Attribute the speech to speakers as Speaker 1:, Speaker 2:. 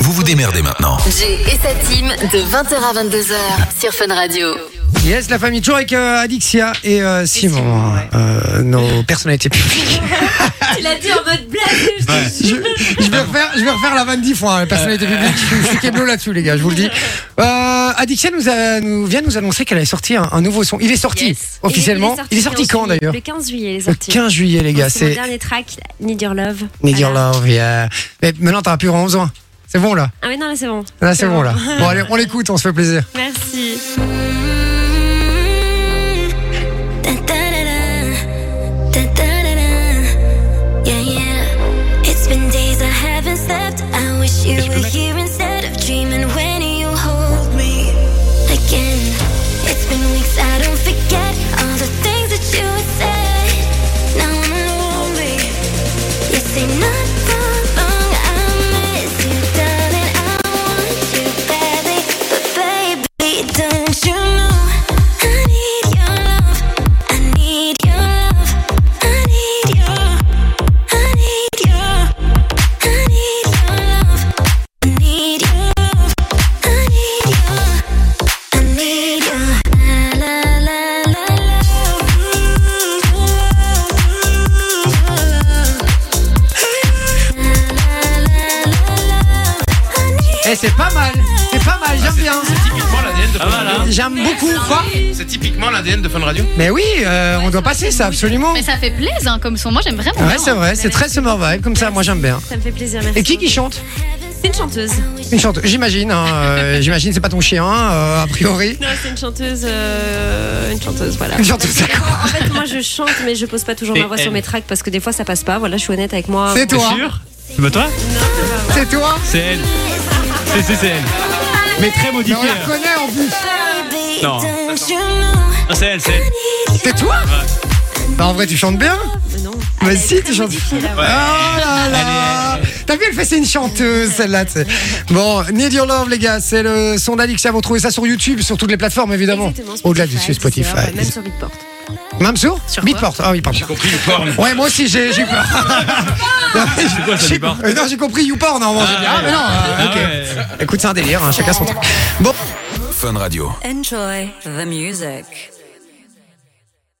Speaker 1: vous vous démerdez maintenant.
Speaker 2: Jay et sa team de 20h à 22h sur Fun Radio.
Speaker 3: Yes, la famille, toujours avec euh, Alixia et euh, Simon,
Speaker 4: Simon, ouais.
Speaker 3: euh, nos personnalités publiques.
Speaker 4: Il a dit en mode blague.
Speaker 3: je, je vais refaire, je vais refaire la vanne dix fois, hein, la personnalité publique. Je suis keblo là-dessus, les gars, je vous le dis. Euh, Adixia nous, a- nous vient de nous annoncer qu'elle allait sortir un, un nouveau son. Il est sorti
Speaker 4: Yes.
Speaker 3: officiellement. Il est sorti, quand
Speaker 5: ensuite,
Speaker 3: d'ailleurs
Speaker 5: Le 15 juillet, il est
Speaker 3: Le
Speaker 5: sorti.
Speaker 3: 15 juillet, les gars.
Speaker 5: C'est mon
Speaker 3: C'est
Speaker 5: dernier track, Need Your Love.
Speaker 3: Nigger
Speaker 5: Voilà.
Speaker 3: Love. yeah. Mais maintenant, t'en as plus vraiment besoin. C'est bon là.
Speaker 5: Ah, mais non, là, c'est bon.
Speaker 3: Là, c'est bon là. Bon, allez, on l'écoute, on se fait plaisir.
Speaker 5: Merci.
Speaker 6: Mm-hmm. It's been days I haven't slept. I wish you were here instead of dreaming when you hold me again. It's been weeks I don't forget all the things that you had said. Now I'm lonely. You say not for long. I miss you, darling. I want you badly, but baby, don't you know I need your love. I need your love. I need your. I need your. I need your love. I need your love. I need your. I need your. La la la la la.
Speaker 3: Eh, c'est pas mal. C'est pas mal, j'aime bien.
Speaker 7: Typiquement l'ADN de Fun Radio.
Speaker 3: J'aime beaucoup. Quoi
Speaker 7: C'est typiquement l'ADN de Fun Radio.
Speaker 3: Mais oui, euh, on doit passer ça, absolument.
Speaker 4: Mais ça fait plaisir hein, comme son. Moi, j'aime vraiment.
Speaker 3: Ouais,
Speaker 4: bien.
Speaker 3: c'est vrai, c'est très summer vibe, comme ça, moi j'aime bien.
Speaker 5: Ça me fait plaisir, merci.
Speaker 3: Et qui qui chante
Speaker 5: C'est une chanteuse.
Speaker 3: Une chante, j'imagine. hein, euh, j'imagine, c'est pas ton chien, euh, a priori.
Speaker 5: Non, c'est une chanteuse. euh, une chanteuse, voilà.
Speaker 3: Une chanteuse, d'accord.
Speaker 5: En fait, moi, je chante, mais je pose pas toujours ma voix sur mes tracks parce que des fois, ça passe pas. Voilà, je suis honnête avec moi.
Speaker 3: C'est toi,
Speaker 8: Ah, sûr C'est pas toi
Speaker 3: c'est toi.
Speaker 8: C'est elle. C'est, c'est, c'est elle. Mais très
Speaker 3: Mais on
Speaker 8: modifiée. hein.
Speaker 3: la reconnaît en plus.
Speaker 8: Non.
Speaker 6: Don't you know?
Speaker 8: Ah, c'est elle, c'est elle.
Speaker 3: C'est toi Bah en vrai, tu chantes bien.
Speaker 5: Mais non.
Speaker 3: Mais si, tu chantes.
Speaker 5: modifiée, là,
Speaker 3: Oh là là T'as vu, elle fait, c'est une chanteuse, celle-là, tu sais. Bon, Need Your Love, les gars, c'est le son d'Alixia. Vous trouvez ça sur YouTube, sur toutes les plateformes, évidemment.
Speaker 5: Exactement, Spotify,
Speaker 3: Au-delà du sur
Speaker 5: etc.,
Speaker 3: Spotify.
Speaker 5: Même sur Beatport.
Speaker 3: Même sur Beatport. Ah oui, pardon.
Speaker 7: J'ai compris le porn.
Speaker 3: Ouais, moi aussi, j'ai j'ai eu peur.
Speaker 8: C'est quoi ça,
Speaker 3: J'ai-
Speaker 8: Bipart
Speaker 3: euh, non, j'ai compris YouPorn. Non, j'ai dit, ah, mais non. euh, ok. Écoute, c'est un délire, hein, chacun son truc. Bon,
Speaker 1: Fun Radio.
Speaker 9: Enjoy the music.